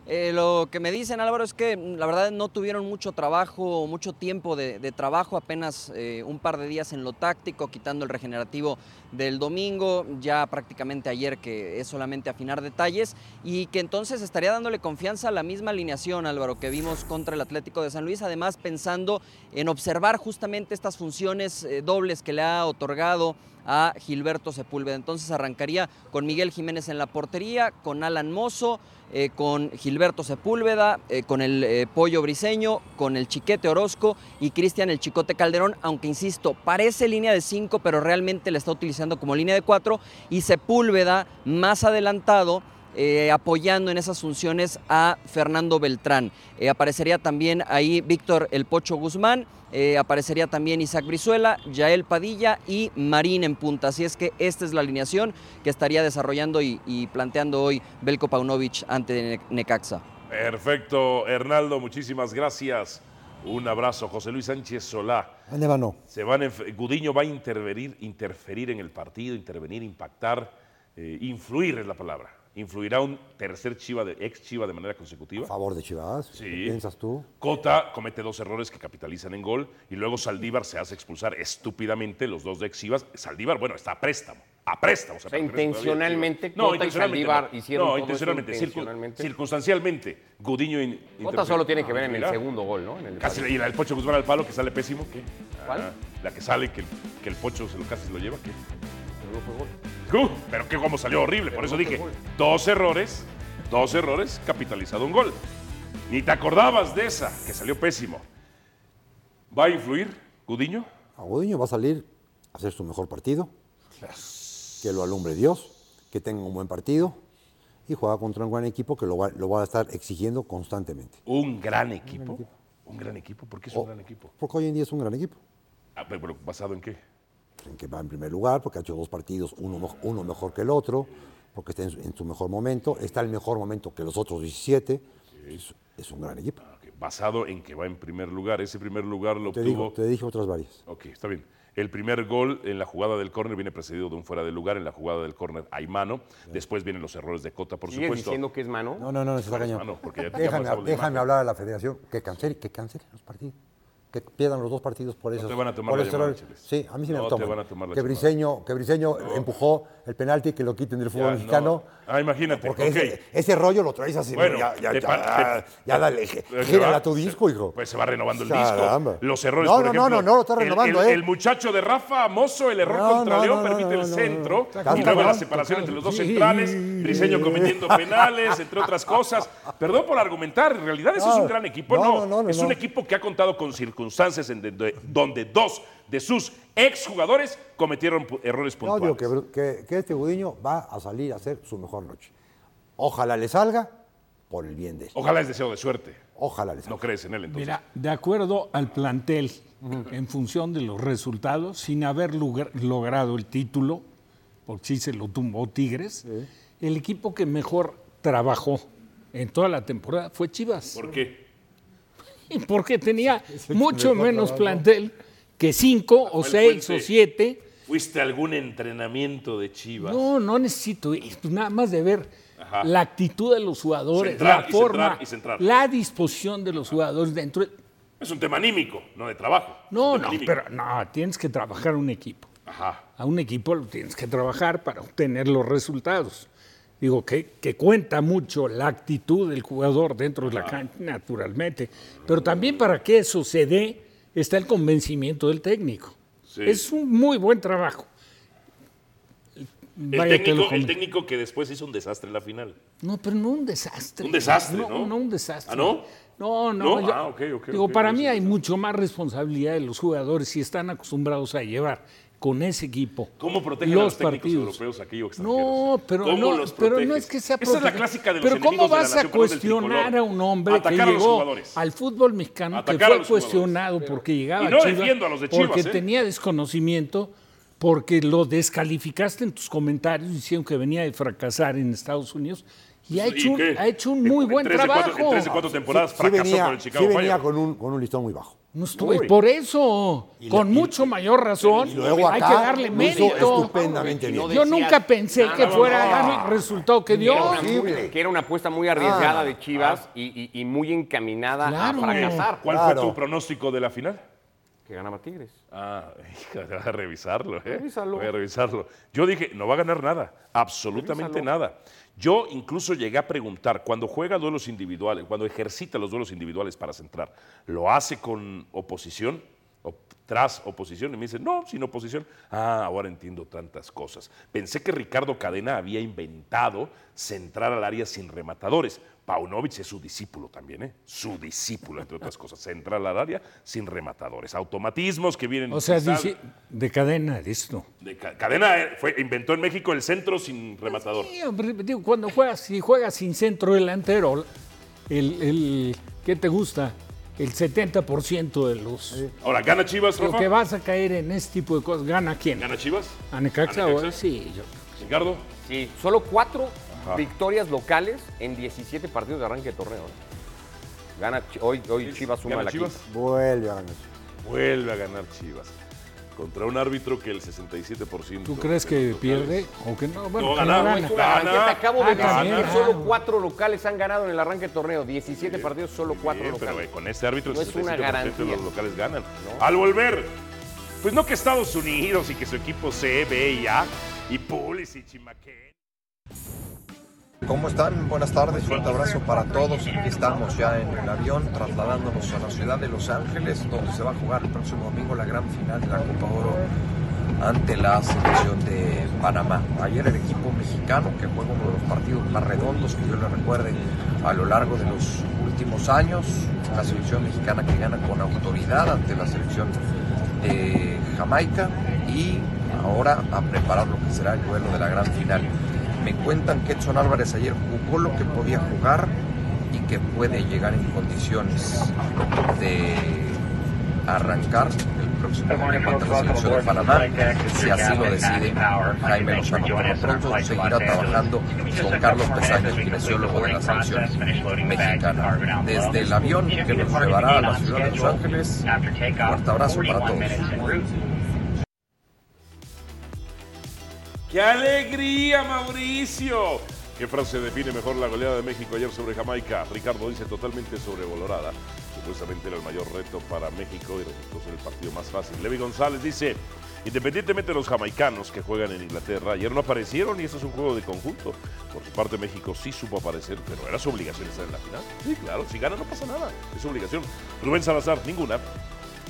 Eh, lo que me dicen, Álvaro, es que mm, la verdad no tuvieron mucho trabajo, mucho tiempo de, de trabajo, apenas eh, un par de días en lo táctico, quitando el regenerativo del domingo, ya prácticamente ayer que es solamente afinar detalles, y que entonces estaría dándole confianza a la misma alineación, Álvaro, que vimos contra el Atlético de San Luis, además pensando en observar justamente estas funciones eh, dobles que le ha otorgado a Gilberto Sepúlveda. Entonces arrancaría con Miguel Jiménez en la portería, con Alan Mozo, eh, con Gilberto Sepúlveda, eh, con el eh, Pollo Briseño, con el Chiquete Orozco y Cristian el Chicote Calderón, aunque insisto, parece línea de 5, pero realmente la está utilizando como línea de 4 y Sepúlveda más adelantado eh, apoyando en esas funciones a Fernando Beltrán. Eh, aparecería también ahí Víctor El Pocho Guzmán, eh, aparecería también Isaac Brizuela, Yael Padilla y Marín en punta. Así es que esta es la alineación que estaría desarrollando y, y planteando hoy Belko Paunovic ante Ne- Necaxa. Perfecto, Hernaldo, muchísimas gracias. Un abrazo, José Luis Sánchez Solá. Aneva no. Se van a enf- Gudiño va a intervenir, interferir en el partido, intervenir, impactar, eh, influir es la palabra. ¿Influirá un tercer Chiva, de, ex Chiva de manera consecutiva? A favor de Chivas. Sí. ¿Qué piensas tú? Cota comete dos errores que capitalizan en gol y luego Saldívar se hace expulsar estúpidamente los dos de ex Chivas. Saldívar, bueno, está a préstamo. A préstamo. O sea, pertenece todavía a intencionalmente Chivas. Cota y Saldívar no. hicieron No, todo eso intencionalmente, circun- intencionalmente. circunstancialmente. Gudiño. in- Cota interpre- solo tiene que ver en el Mira. segundo gol, ¿no? En el Casi palo. le- y la del Pocho Guzmán al palo que sale pésimo. ¿qué? ¿Cuál? Ah, la que sale que, el- que el Pocho se lo casi se lo lleva. ¿qué? No fue gol. Uh, pero qué cómo salió horrible. Por Pero eso no fue dije, gol. dos errores, dos errores, capitalizado un gol. Ni te acordabas de esa, que salió pésimo. ¿Va a influir Gudiño? A Gudiño va a salir a hacer su mejor partido. Que lo alumbre Dios, que tenga un buen partido y juega contra un gran equipo que lo va, lo va a estar exigiendo constantemente. Un gran equipo. Un gran equipo. ¿Por qué Oh. es un gran equipo? Porque hoy en día es un gran equipo. Ah, pero ¿Basado en qué? en que va en primer lugar, porque ha hecho dos partidos, uno, mej- uno mejor que el otro, porque está en su, en su mejor momento, está en mejor momento que los otros 17. Es, es un gran equipo. Basado en que va en primer lugar. Ese primer lugar lo Te, obtuvo. digo, te dije otras varias. Ok, está bien. El primer gol en la jugada del córner viene precedido de un fuera de lugar. En la jugada del córner hay mano. Después vienen los errores de Cota, por ¿Sigues supuesto. diciendo que es mano? No, no, no, no se está Bueno, cañón. hermano, porque ya- ya déjame pasamos de déjame imagen. hablar a la federación, que cancelen que cancele los partidos. Que pierdan los dos partidos por eso. te van a tomar la llamada, Chelis. Sí, a mí sí me No te lo toman. van a tomar la que llamada. Briseño, que Briseño empujó el penalti que lo quiten del fútbol Ya, no. mexicano. Ah, imagínate. Porque ok. ese, ese rollo lo traes así. Bueno, ya, ya, te ya, pa- te- ya dale, gi- Pero se gírala va- tu se- disco, hijo. Pues se va renovando el Caramba. disco. Los errores, No, por no, no, ejemplo, no, no lo está el- renovando, el, ¿eh? el muchacho de Rafa Mozo, el error No, contra no, León no, permite no, no, el no. centro. Está Y luego cabrón, la separación entre los dos centrales. Briseño cometiendo penales, entre otras cosas. Perdón por argumentar, en realidad ese No, es un gran equipo. Ah. no, No, no, no, no, es un no. equipo que ha contado con circunstancias en de- de- donde dos de sus exjugadores cometieron pu- errores No, puntuales. digo que, Bru- que- que este Gudiño va a salir a hacer su mejor noche. Ojalá le salga por el bien de él. Ojalá es deseo de suerte. Ojalá le salga. No crees en él entonces. Mira, de acuerdo al plantel, en función de los resultados, sin haber lugar- logrado el título, porque sí se lo tumbó Tigres, el equipo que mejor trabajó en toda la temporada fue Chivas. ¿Por qué? Y Porque [laughs] tenía que mucho mejor menos trabajó. plantel que cinco o Rafael seis o Puente. siete. ¿Fuiste a algún entrenamiento de Chivas? No, no necesito ir, pues nada más de ver Ajá. la actitud de los jugadores, Centrar, la y forma, centrar, y centrar. la disposición de los jugadores dentro. de- Es un tema anímico, no de trabajo. No, Es un tema no, anímico. pero no, tienes que trabajar un equipo. Ajá. A un equipo lo tienes que trabajar para obtener los resultados. Digo que, que cuenta mucho la actitud del jugador dentro de la cancha, naturalmente. Pero también para que eso se dé está el convencimiento del técnico. Sí. Es un muy buen trabajo. El Vaya que lo técnico, el comen- técnico que después hizo un desastre en la final. No, pero no un desastre. Un desastre, ¿no? No, un desastre. ¿Ah, no? No, no. ¿No? Ah, ok, ok, Digo, ok, para no, mí sí, hay mucho más responsabilidad de los jugadores si están acostumbrados a llevar con ese equipo. ¿Cómo protegen a los técnicos europeos aquí o extranjeros? No, pero ¿Cómo no, los pero no proteges? es que sea Esa es la proteger. clásica de los Pero ¿cómo enemigos de la vas nación, a perdón, del cuestionar tricolor? a un hombre Atacar a que los llegó jugadores. al fútbol mexicano Atacar a que los fue jugadores. cuestionado porque llegaba Y no a Chivas, defiendo a los de Chivas, porque ¿eh? tenía desconocimiento porque lo descalificaste en tus comentarios diciendo que venía de fracasar en Estados Unidos y ha ¿Y hecho, un- qué? ha hecho un En- muy en buen tres de cuatro- trabajo. en tres de cuatro temporadas Sí fracasó venía, con el sí Chicago Fire. venía con, un, con un listón muy bajo. No estuve- Uy. por eso, con y- mucho mayor razón, Y luego hay acá que darle lo hizo mérito. estupendamente Y no bien. Yo decías, nunca pensé "Ah, que no, fuera no, a dar el resultado que dio. Que era una Horrible. muy- que era una apuesta muy arriesgada Ah, de Chivas y, y- y muy encaminada Claro. a fracasar. ¿Cuál Claro. fue tu pronóstico de la final? Que ganaba Tigres. Ah, [laughs] hija, voy a revisarlo, ¿eh? Revísalo. Voy a revisarlo. Yo dije, no va a ganar nada, absolutamente Revísalo. nada. Yo incluso llegué a preguntar, cuando juega duelos individuales, cuando ejercita los duelos individuales para centrar, ¿lo hace con oposición? O- tras oposición. Y me dicen, no, sin oposición. Ah, ahora entiendo tantas cosas. Pensé que Ricardo Cadena había inventado centrar al área sin rematadores. Paunovic es su discípulo también, ¿eh? Su discípulo, entre otras cosas. Centrar al área sin rematadores. Automatismos que vienen... O sea, quizá- dice, de cadena, listo. de Ca- Cadena eh, fue, inventó en México el centro sin rematador. Sí, hombre, digo, cuando juegas, si juegas sin centro delantero, el, el- ¿qué te gusta? El 70% de los. Ahora, ¿gana Chivas, Lo Rafa? que vas a caer en este tipo de cosas, ¿gana quién? ¿Gana Chivas? ¿A Necaxa? ¿A Necaxa? o- Sí, yo- Ricardo. Sí, solo cuatro Ajá. victorias locales en 17 partidos de arranque de torneo. ¿no? Gana, Chi- hoy, hoy Chivas suma gana la Chivas. quinta. Vuelve a ganar. Vuelve a ganar Chivas. Contra un árbitro que el 67%. ¿Tú crees que pierde o que no? No, que ganar, gana. güey, tú La banqueta, acabo de Ah, también, decir, ah. solo cuatro locales han ganado en el arranque de torneo. 17 partidos, solo cuatro Bien, pero locales. eh, con este árbitro el No es una 67% de garantía. los locales ganan. Al volver, pues no que Estados Unidos y que su equipo C, B y A, y Pulisic y McKenna. ¿Cómo están? Buenas tardes, un abrazo para todos. Aquí estamos ya en el avión trasladándonos a la ciudad de Los Ángeles, donde se va a jugar el próximo domingo la gran final de la Copa Oro ante la selección de Panamá. Ayer el equipo mexicano, que fue uno de los partidos más redondos que yo le recuerde a lo largo de los últimos años, la selección mexicana que gana con autoridad ante la selección de Jamaica y ahora a preparar lo que será el duelo de la gran final. Me cuentan que Edson Álvarez ayer jugó lo que podía jugar y que puede llegar en condiciones de arrancar el próximo domingo ante la selección de Panamá, si así lo decide Jaime Lozano. Por lo pronto seguirá trabajando con Carlos Pesaños, kinesiólogo de la selección mexicana. Desde el avión que nos llevará a la ciudad de Los Ángeles, fuerte abrazo para todos. ¡Qué alegría, Mauricio! ¿Qué frase define mejor la goleada de México ayer sobre Jamaica? Ricardo dice totalmente sobrevalorada. Supuestamente era el mayor reto para México y resultó ser el partido más fácil. Levi González dice, independientemente de los jamaicanos que juegan en Inglaterra, ayer no aparecieron y eso es un juego de conjunto. Por su parte, México sí supo aparecer, pero era su obligación estar en la final. Sí, claro, si gana no pasa nada, es su obligación. Rubén Salazar, ninguna.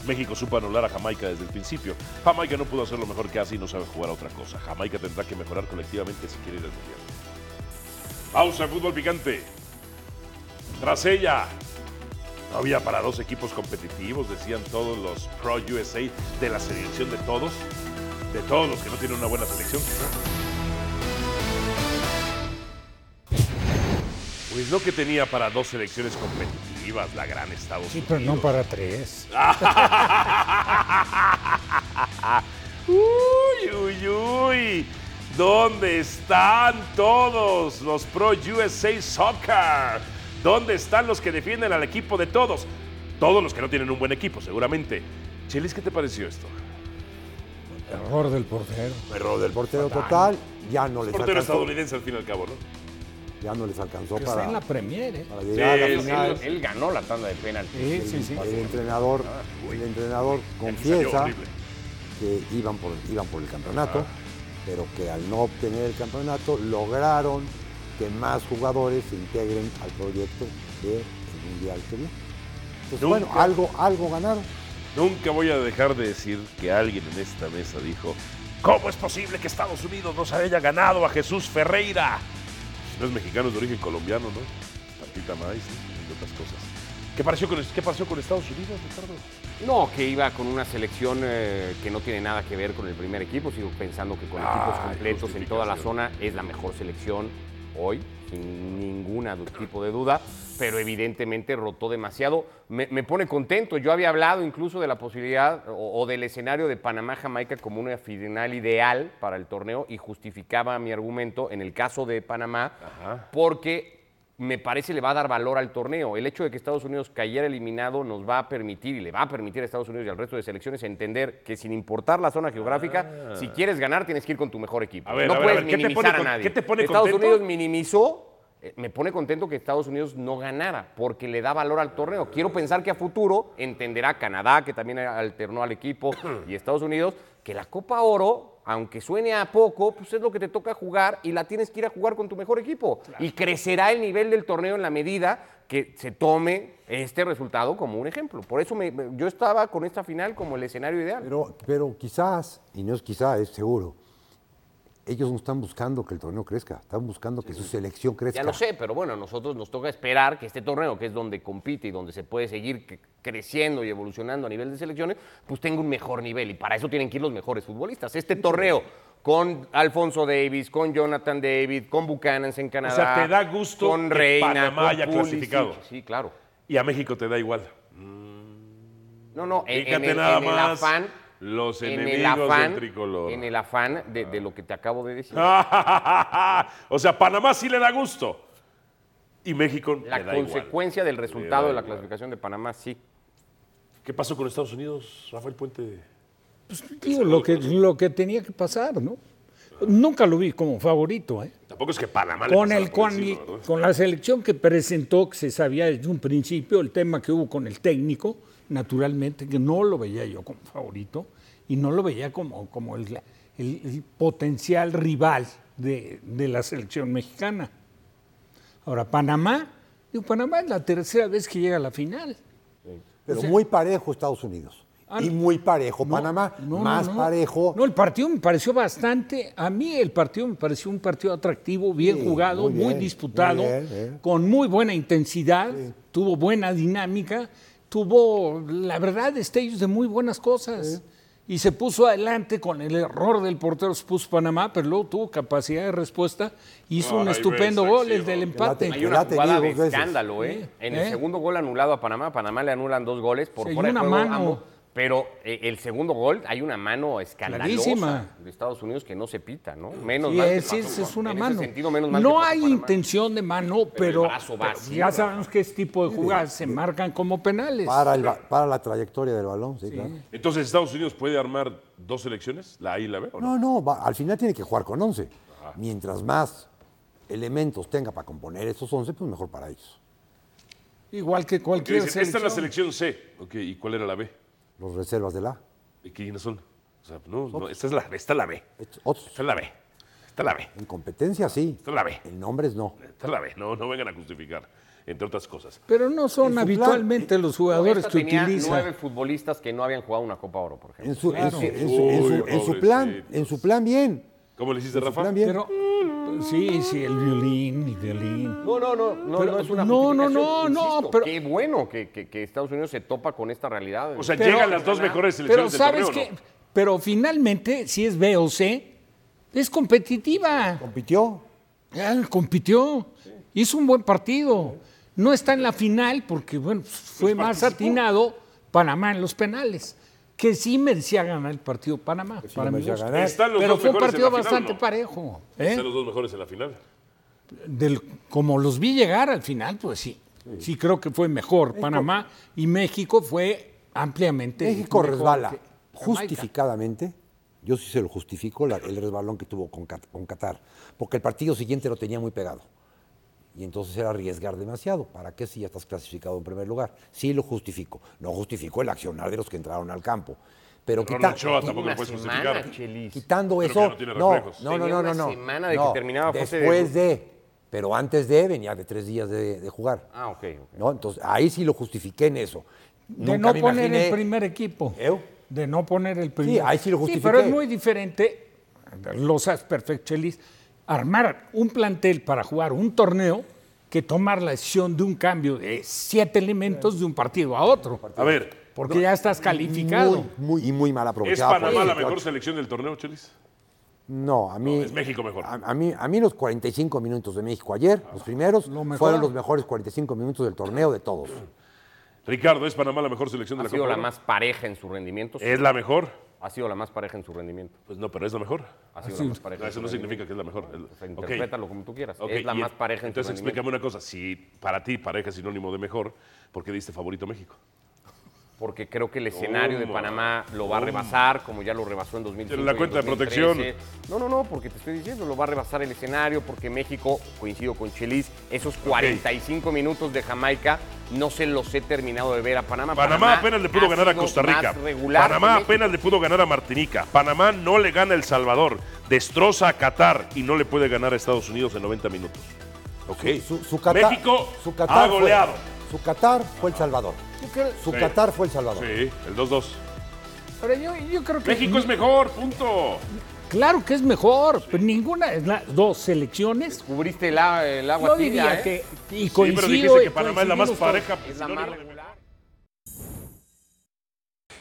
México supo anular a Jamaica desde el principio. Jamaica no pudo hacer lo mejor que hace y no sabe jugar a otra cosa. Jamaica tendrá que mejorar colectivamente si quiere ir al mundial. Pausa, fútbol picante. Tras ella, no había para dos equipos competitivos, decían todos los Pro USA de la selección de todos, de todos los que no tienen una buena selección. Pues no que tenía para dos selecciones competitivas, la gran Estados Sí, Unidos. pero no para tres. [laughs] uy, uy, uy. ¿Dónde están todos los Pro USA Soccer? ¿Dónde están los que defienden al equipo de todos? Todos los que no tienen un buen equipo, seguramente. Chelis, ¿qué te pareció esto? Error del portero. Error del portero fatal. total, ya no les Portero alcanzó. estadounidense al fin y al cabo, ¿no? Ya no les alcanzó Que está para, en la Premier, ¿eh? para llegar a la final. él ganó la tanda de penaltis. Sí, sí, sí. El entrenador, Ah, el entrenador confiesa que iban por, iban por el campeonato, Ah. pero que al no obtener el campeonato lograron que más jugadores se integren al proyecto del Mundial que viene. Entonces, bueno, Nunca. algo, algo ganaron. Nunca voy a dejar de decir que alguien en esta mesa dijo, ¿cómo es posible que Estados Unidos no se haya ganado a Jesús Ferreira? No es mexicano, es de origen colombiano, ¿no? Tantita maíz, ¿no? entre otras cosas. ¿Qué pareció con, qué pasó con Estados Unidos, Ricardo? No, que iba con una selección eh, que no tiene nada que ver con el primer equipo. Sigo pensando que con Ah, equipos completos en toda la justificación. zona es la mejor selección hoy, sin ningún tipo de duda. Pero evidentemente rotó demasiado. Me, me pone contento. Yo había hablado incluso de la posibilidad o, o del escenario de Panamá-Jamaica como una final ideal para el torneo y justificaba mi argumento en el caso de Panamá porque me parece le va a dar valor al torneo. El hecho de que Estados Unidos cayera eliminado nos va a permitir y le va a permitir a Estados Unidos y al resto de selecciones entender que sin importar la zona geográfica, Ah. si quieres ganar tienes que ir con tu mejor equipo. A ver, no a ver, puedes a ver, ¿qué te minimizar pone a con- nadie. qué te pone Estados contento? Unidos minimizó eh, me pone contento que Estados Unidos no ganara, porque le da valor al torneo. Quiero pensar que a futuro entenderá Canadá, que también alternó al [clears throat] equipo, y Estados Unidos, que la Copa Oro, aunque suene a poco, pues es lo que te toca jugar y la tienes que ir a jugar con tu mejor equipo. Y crecerá el nivel del torneo en la medida que se tome este resultado como un ejemplo. Por eso me- me- yo estaba con esta final como el escenario ideal. Pero, pero quizás, y no es quizás, es seguro, ellos no están buscando que el torneo crezca, están buscando que su selección crezca. Ya lo sé, pero bueno, a nosotros nos toca esperar que este torneo, que es donde compite y donde se puede seguir cre- creciendo y evolucionando a nivel de selecciones, pues tenga un mejor nivel. Y para eso tienen que ir los mejores futbolistas. Este torneo con Alfonso Davis, con Jonathan David, con Buchanan en Canadá. te da gusto con que Reina, Panamá con haya Pulisic. clasificado. Sí, claro. Y a México te da igual. Mm. No, no, en, en Fíjate el, nada en el más afán. los en el enemigos del afán- tricolor. Ah. En el afán de, de lo que te acabo de decir. [laughs] o sea, Panamá sí le da gusto. Y México le la da igual. consecuencia del resultado da de la igual. clasificación de Panamá, sí. ¿Qué pasó con Estados Unidos, Rafael Puente? Digo, lo, que, lo que tenía que pasar, ¿no? Nunca lo vi como favorito, ¿eh? Tampoco es que Panamá le Con, pues, pasara el, por con, encima, el- ¿verdad? con la selección que presentó, que se sabía desde un principio, el tema que hubo con el técnico, naturalmente, que no lo veía yo como favorito y no lo veía como, como el, el- el potencial rival de, de la selección mexicana. Ahora, Panamá, digo, Panamá es la tercera vez que llega a la final. Ah, Pero O sea- muy parejo Estados Unidos. y muy parejo Panamá, más parejo. No, el partido me pareció bastante, a mí el partido me pareció un partido atractivo, bien Sí, jugado, muy muy, bien, disputado, muy bien, eh. con muy buena intensidad, tuvo buena dinámica, tuvo, la verdad, destellos de muy buenas cosas. Y se puso adelante con el error del portero, se puso Panamá, pero luego tuvo capacidad de respuesta, hizo Ah, un ahí estupendo ves, gol, sí, el del empate. Hay una jugada de pues, escándalo, ¿eh? En el segundo gol anulado a Panamá, Panamá le anulan dos goles por Sí, hay fuera de una juego mano. ambos, pero eh, el segundo gol hay una mano escandalosa Clarísima. de Estados Unidos que no se pita, ¿no? Menos Sí, mal. que es, pasó, es- es Juan. una En ese mano. sentido, menos mal que no pasó hay Panamá. intención de mano, pero, brazo pero vacío, ya Rafa. sabemos que este tipo de jugadas se marcan como penales. para, el ba- para la trayectoria del balón, sí, claro. Entonces, ¿Estados Unidos puede armar dos selecciones? ¿La A y la B? ¿o no? No, no, va- al final tiene que jugar con 11. Mientras más elementos tenga para componer esos 11, pues mejor para ellos. Igual que Porque cualquier dicen, esta es la selección. selección C. Ok, ¿y cuál era la B? Los reservas de la. ¿Y quiénes son? O sea, no, no, esta es la, esta es la B. Esta es la B. Esta es la B. En competencia, sí. Esta es la B. En nombres, no. Esta es la B. No, no vengan a justificar, entre otras cosas. Pero no son En su eh, habitualmente los jugadores Esta que tenía utilizan. nueve futbolistas que no habían jugado una Copa Oro, por ejemplo. En su, en Claro. su- en su- en su- Uy, en su plan, en su plan bien. ¿Cómo le hiciste, En su Rafa? plan bien. Pero, sí, sí, el violín, el violín. No, no, no, no, Pero- no es una no, no, no, justificación, no, insisto, pero- Qué bueno que, que- que Estados Unidos se topa con esta realidad. O sea, Pero- llegan las dos mejores Pero selecciones sabes del torneo, que, pero finalmente, si es B o C, es competitiva. Ah, Compitió. compitió. Hizo un buen partido. No está en la final porque, bueno, fue más atinado Panamá en los penales. Que sí merecía ganar el partido Panamá. para mi merecía gusto. ganar. Están los Pero dos fue un mejores en la partido final, bastante ¿no? parejo. ¿no? ¿eh? Están los dos mejores en la final. Del- como los vi llegar al final, pues sí. Sí, creo que fue mejor Panamá y México fue ampliamente. México mejor resbala. que Jamaica. Justificadamente, yo sí se lo justifico la- el resbalón que tuvo con, Cat- con Qatar, porque el partido siguiente lo tenía muy pegado. Y entonces era arriesgar demasiado. ¿Para qué si ya estás clasificado en primer lugar? Sí lo justifico. No justifico el accionar de los que entraron al campo. Pero Ronald quita- Ochoa tampoco lo puedes semana, justificar. Chelis. quitando Pero eso. que no tiene No, reflejos. no, no, Tenía no, no, una no. semana de que No, terminaba a fase de Después grupos. de, pero antes de venía de tres días de, de jugar. Ah, ok, ok. ¿no? Entonces ahí sí lo justifiqué en eso. De Nunca no me poner imaginé- el primer equipo. De no poner el primer Sí, ahí sí lo pero es justifiqué. muy diferente, Losas Perfecchelis, armar un plantel para jugar un torneo que tomar la decisión de un cambio de siete elementos de un partido a otro. A ver, Porque ya estás calificado. Muy, muy, y muy mal ¿es aprovechada. por Panamá la el mejor coach. selección del torneo, Chelis? No, a mí. Es México mejor. Ah. A, a mí, a mí los 45 minutos de México ayer, los primeros, mejor. fueron los mejores 45 minutos del torneo de todos. Ricardo, ¿es Panamá la mejor selección de Ha la sido Copa la Oro? más pareja en su rendimiento. Pues sí. ¿Es la mejor? Ha sido la más pareja en su rendimiento. Pues no, pero es la mejor. Ha sido la más pareja. No, en eso su no rendimiento. significa que es la mejor. El- O sea, ok. interprétalo como tú quieras. Ok, Es la y en- más pareja en Entonces su rendimiento. explícame una cosa. Si para ti pareja es sinónimo de mejor, ¿por qué diste favorito a México? Porque creo que el escenario de Toma, Panamá lo va a toma. rebasar, como ya lo rebasó en 2005. Pero la y en cuenta de 2013. protección. No, no, no, porque te estoy diciendo, lo va a rebasar el escenario, porque México, coincido con Chelis, esos 45 minutos de Jamaica no se los he terminado de ver a Panamá. Panamá, apenas le pudo ha ganar a sido Costa Rica. más regular Panamá que México. apenas le pudo ganar a Martinica. Panamá no le gana a El Salvador. Destroza a Qatar y no le puede ganar a Estados Unidos en 90 minutos. Ok. Su, su Qatar- México su ha Qatar fue- goleado. su Qatar fue El Salvador. Su Sí. Qatar fue El Salvador. Sí, el 2-2. Pero yo, yo creo que. México es mejor, punto. Claro que es mejor, pero ninguna de las dos selecciones. Cubriste el, a- el agua Yo tibia, diría ¿eh? que. Y Sí, pero coincido, pero y dijiste que Panamá es la más coincidimos pareja. todos. pues, Es la no, más no, no.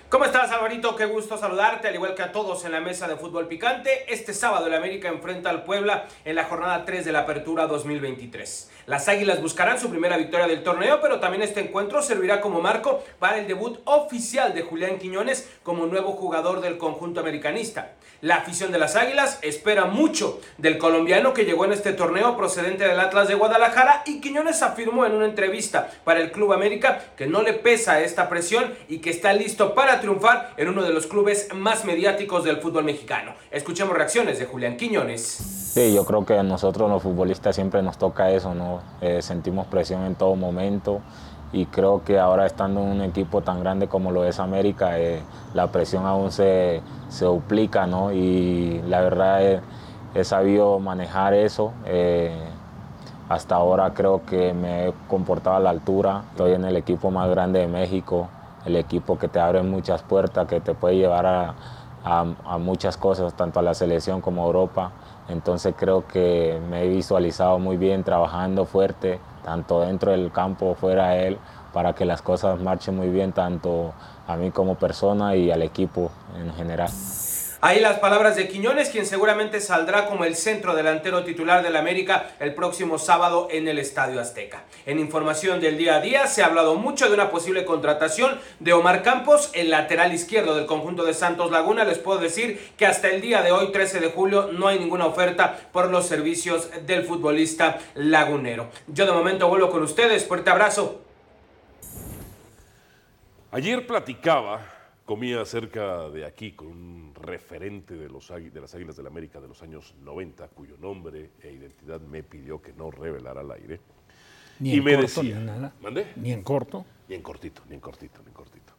¿Cómo estás, Alvarito? Qué gusto saludarte, al igual que a todos en la mesa de fútbol picante. Este sábado el América enfrenta al Puebla en la jornada 3 de la Apertura 2023. Las Águilas buscarán su primera victoria del torneo, pero también este encuentro servirá como marco para el debut oficial de Julián Quiñones como nuevo jugador del conjunto americanista. La afición de las Águilas espera mucho del colombiano que llegó en este torneo procedente del Atlas de Guadalajara y Quiñones afirmó en una entrevista para el Club América que no le pesa esta presión y que está listo para triunfar en uno de los clubes más mediáticos del fútbol mexicano. Escuchemos reacciones de Julián Quiñones. Sí, yo creo que a nosotros los futbolistas siempre nos toca eso, ¿no? Eh, sentimos presión en todo momento y creo que ahora estando en un equipo tan grande como lo es América, eh, la presión aún se, se duplica, ¿no? Y la verdad eh, he, sabido manejar eso. eh, hasta ahora creo que me he comportado a la altura. Estoy en el equipo más grande de México, el equipo que te abre muchas puertas, que te puede llevar a, a- a muchas cosas, tanto a la selección como a Europa. Entonces creo que me he visualizado muy bien trabajando fuerte, tanto dentro del campo, fuera de él, para que las cosas marchen muy bien, tanto a mí como persona y al equipo en general. Ahí las palabras de Quiñones, quien seguramente saldrá como el centro delantero titular del América el próximo sábado en el Estadio Azteca. En información del día a día se ha hablado mucho de una posible contratación de Omar Campos, el lateral izquierdo del conjunto de Santos Laguna. Les puedo decir que hasta el día de hoy, 13 de julio, no hay ninguna oferta por los servicios del futbolista lagunero. Yo de momento vuelvo con ustedes. Fuerte abrazo. Ayer platicaba, comía cerca de aquí con un referente de, los, águi- de las Águilas del América de los años 90, cuyo nombre e identidad me pidió que no revelara al aire. Ni y en me corto, ni decía, en nada. ¿Mandé? Ni en corto. Ni en cortito, ni en cortito, ni en cortito.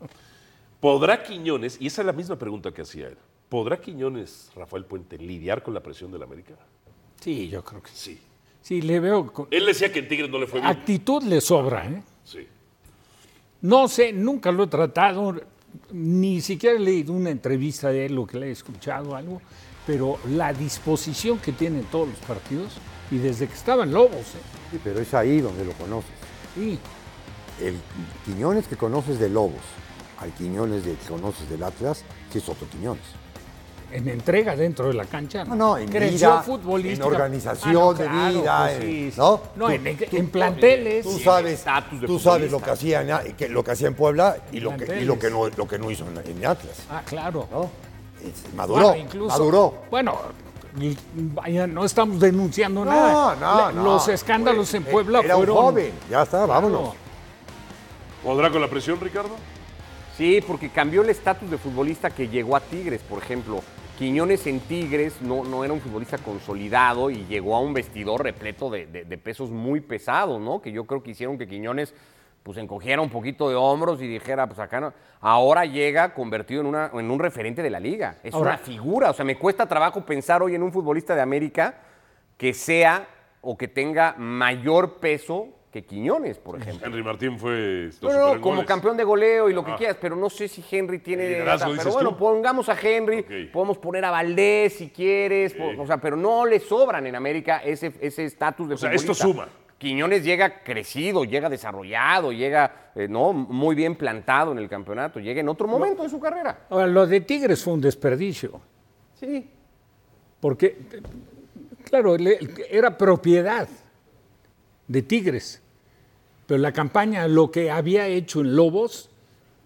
¿Podrá Quiñones, y esa es la misma pregunta que hacía él, ¿podrá Quiñones, Rafael Puente, lidiar con la presión del América? Sí, yo creo que sí. Sí, Ah. le veo. con- Él decía que en Tigres no le fue bien. Actitud le sobra, ¿eh? Sí. No sé, nunca lo he tratado, ni siquiera he leído una entrevista de él, lo que le he escuchado, algo, pero la disposición que tiene en todos los partidos, y desde que estaba en Lobos, ¿eh? Sí, pero es ahí donde lo conoces. Sí. El Quiñones que conoces de Lobos al Quiñones de- que conoces del Atlas, que es otro Quiñones. en entrega dentro de la cancha. No, no, en Creció vida, futbolística. en organización Ah, no, de claro, vida, pues en- sí. ¿no? No, Tú- en, en tú- planteles. Tú sabes, tú sabes lo que hacía en, A- que- lo que hacía en Puebla y lo que, y lo que no lo que no hizo en, en Atlas. Ah, claro. Es- Maduró, Bueno, incluso- maduró. Bueno, y- vaya, no estamos denunciando No, nada. no, Le- no. pues, Los escándalos en Eh, Puebla era un fueron. joven. Ya está, vámonos. ¿Podrá con la presión, Ricardo? Sí, porque cambió el estatus de futbolista que llegó a Tigres, por ejemplo. Quiñones en Tigres no, no era un futbolista consolidado y llegó a un vestidor repleto de, de- de pesos muy pesados, ¿no? Que yo creo que hicieron que Quiñones pues encogiera un poquito de hombros y dijera, pues acá no. Ahora llega convertido en, una- en un referente de la liga. Es Ahora- una figura. O sea, me cuesta trabajo pensar hoy en un futbolista de América que sea o que tenga mayor peso que Quiñones, por ejemplo. Henry Martín No, fue... lo no, superó en como goles. campeón de goleo y lo que Ah. quieras, pero no sé si Henry tiene. Liderazgo, pero dices bueno, tú. pongamos a Henry, podemos poner a Valdés si quieres, po- o sea, pero no le sobran en América ese ese estatus de O sea, esto futbolista. suma. Quiñones llega crecido, llega desarrollado, llega eh, no muy bien plantado en el campeonato, llega en otro momento de su carrera. Ahora, lo de Tigres fue un desperdicio. Sí. Porque, claro, le- era propiedad de Tigres. Pero la campaña, lo que había hecho en Lobos,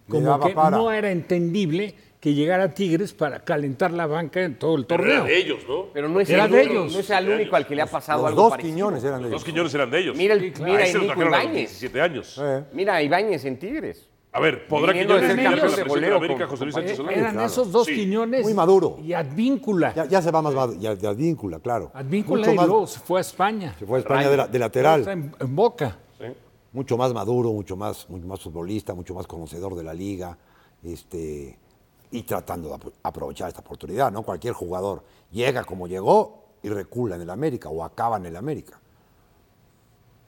Le como daba que para. no era entendible que llegara a Tigres para calentar la banca en todo el Pero torneo. era de ellos, ¿no? Pero no es Era el de único- ellos. no es el único al que le ha pasado los algo dos parecido. Quiñones eran de Los ellos. Quiñones eran de ellos. Mira el- Sí, claro. mira Ahí se lo el Nico trajeron a los Ibáñez. 17 años. Mira, Ibáñez en Tigres. A ver, ¿podrá Viniendo de Quiñones ser lidiar con la campeón de presión de goleo América, con- José Luis con- Sánchez eh, Solari? Eran esos dos Quiñones. Muy maduro. Y Advíncula. Ya, ya se va más maduro. Ya, ya víncula, claro. Advíncula Mucho y más- luego se fue a España. Se fue a España de, la- de lateral. Está En, en Boca. Mucho más maduro, mucho más, mucho más futbolista, mucho más conocedor de la liga. Este, y tratando de apro- aprovechar esta oportunidad, ¿no? Cualquier jugador llega como llegó y recula en el América o acaba en el América.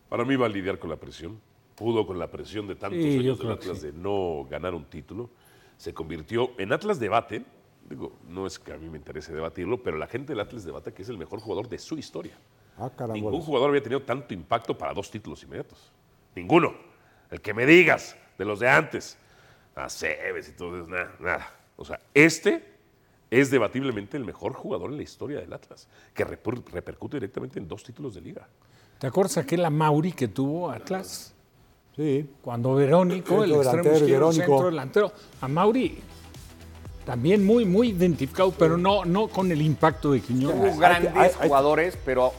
Para mí va a lidiar con la presión. Pudo con la presión de tantos Sí, yo años del creo que Atlas sí. de no ganar un título. Se convirtió en Atlas debate. Digo, no es que a mí me interese debatirlo, pero la gente del Atlas debate que es el mejor jugador de su historia. Ah, Ningún carambolas. jugador había tenido tanto impacto para dos títulos inmediatos. Ninguno. El que me digas, de los de antes. Aceves y todo eso, nada, nada. O sea, este es debatiblemente el mejor jugador en la historia del Atlas, que reper- repercute directamente en dos títulos de liga. ¿Te acuerdas aquel Mauri que tuvo Atlas? Sí. Cuando Verónico, el Centro extremo delantero, izquierdo, Verónico. centro delantero. Amauri también muy, muy identificado, pero no, no con el impacto de Quiñones. Hubo grandes jugadores, pero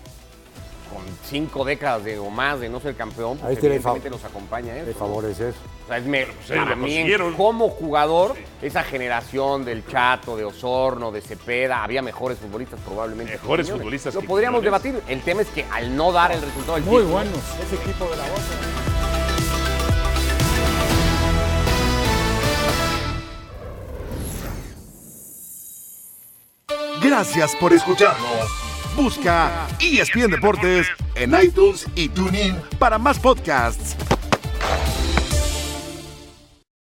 con cinco décadas de, o más de no ser campeón, pues Ahí tiene el fa- evidentemente nos acompaña eso. de favorecer. O sea, es me- sí, para lo mí, consiguieron. como jugador, esa generación del Chato, de Osorno, de Cepeda, había mejores futbolistas probablemente. que Mejores Quiñones. futbolistas Lo que podríamos Quiñones. debatir. El tema es que al no dar el resultado del Muy título, buenos. Ese equipo de la voz. Gracias por escucharnos. Busca ESPN Deportes en iTunes y TuneIn para más podcasts.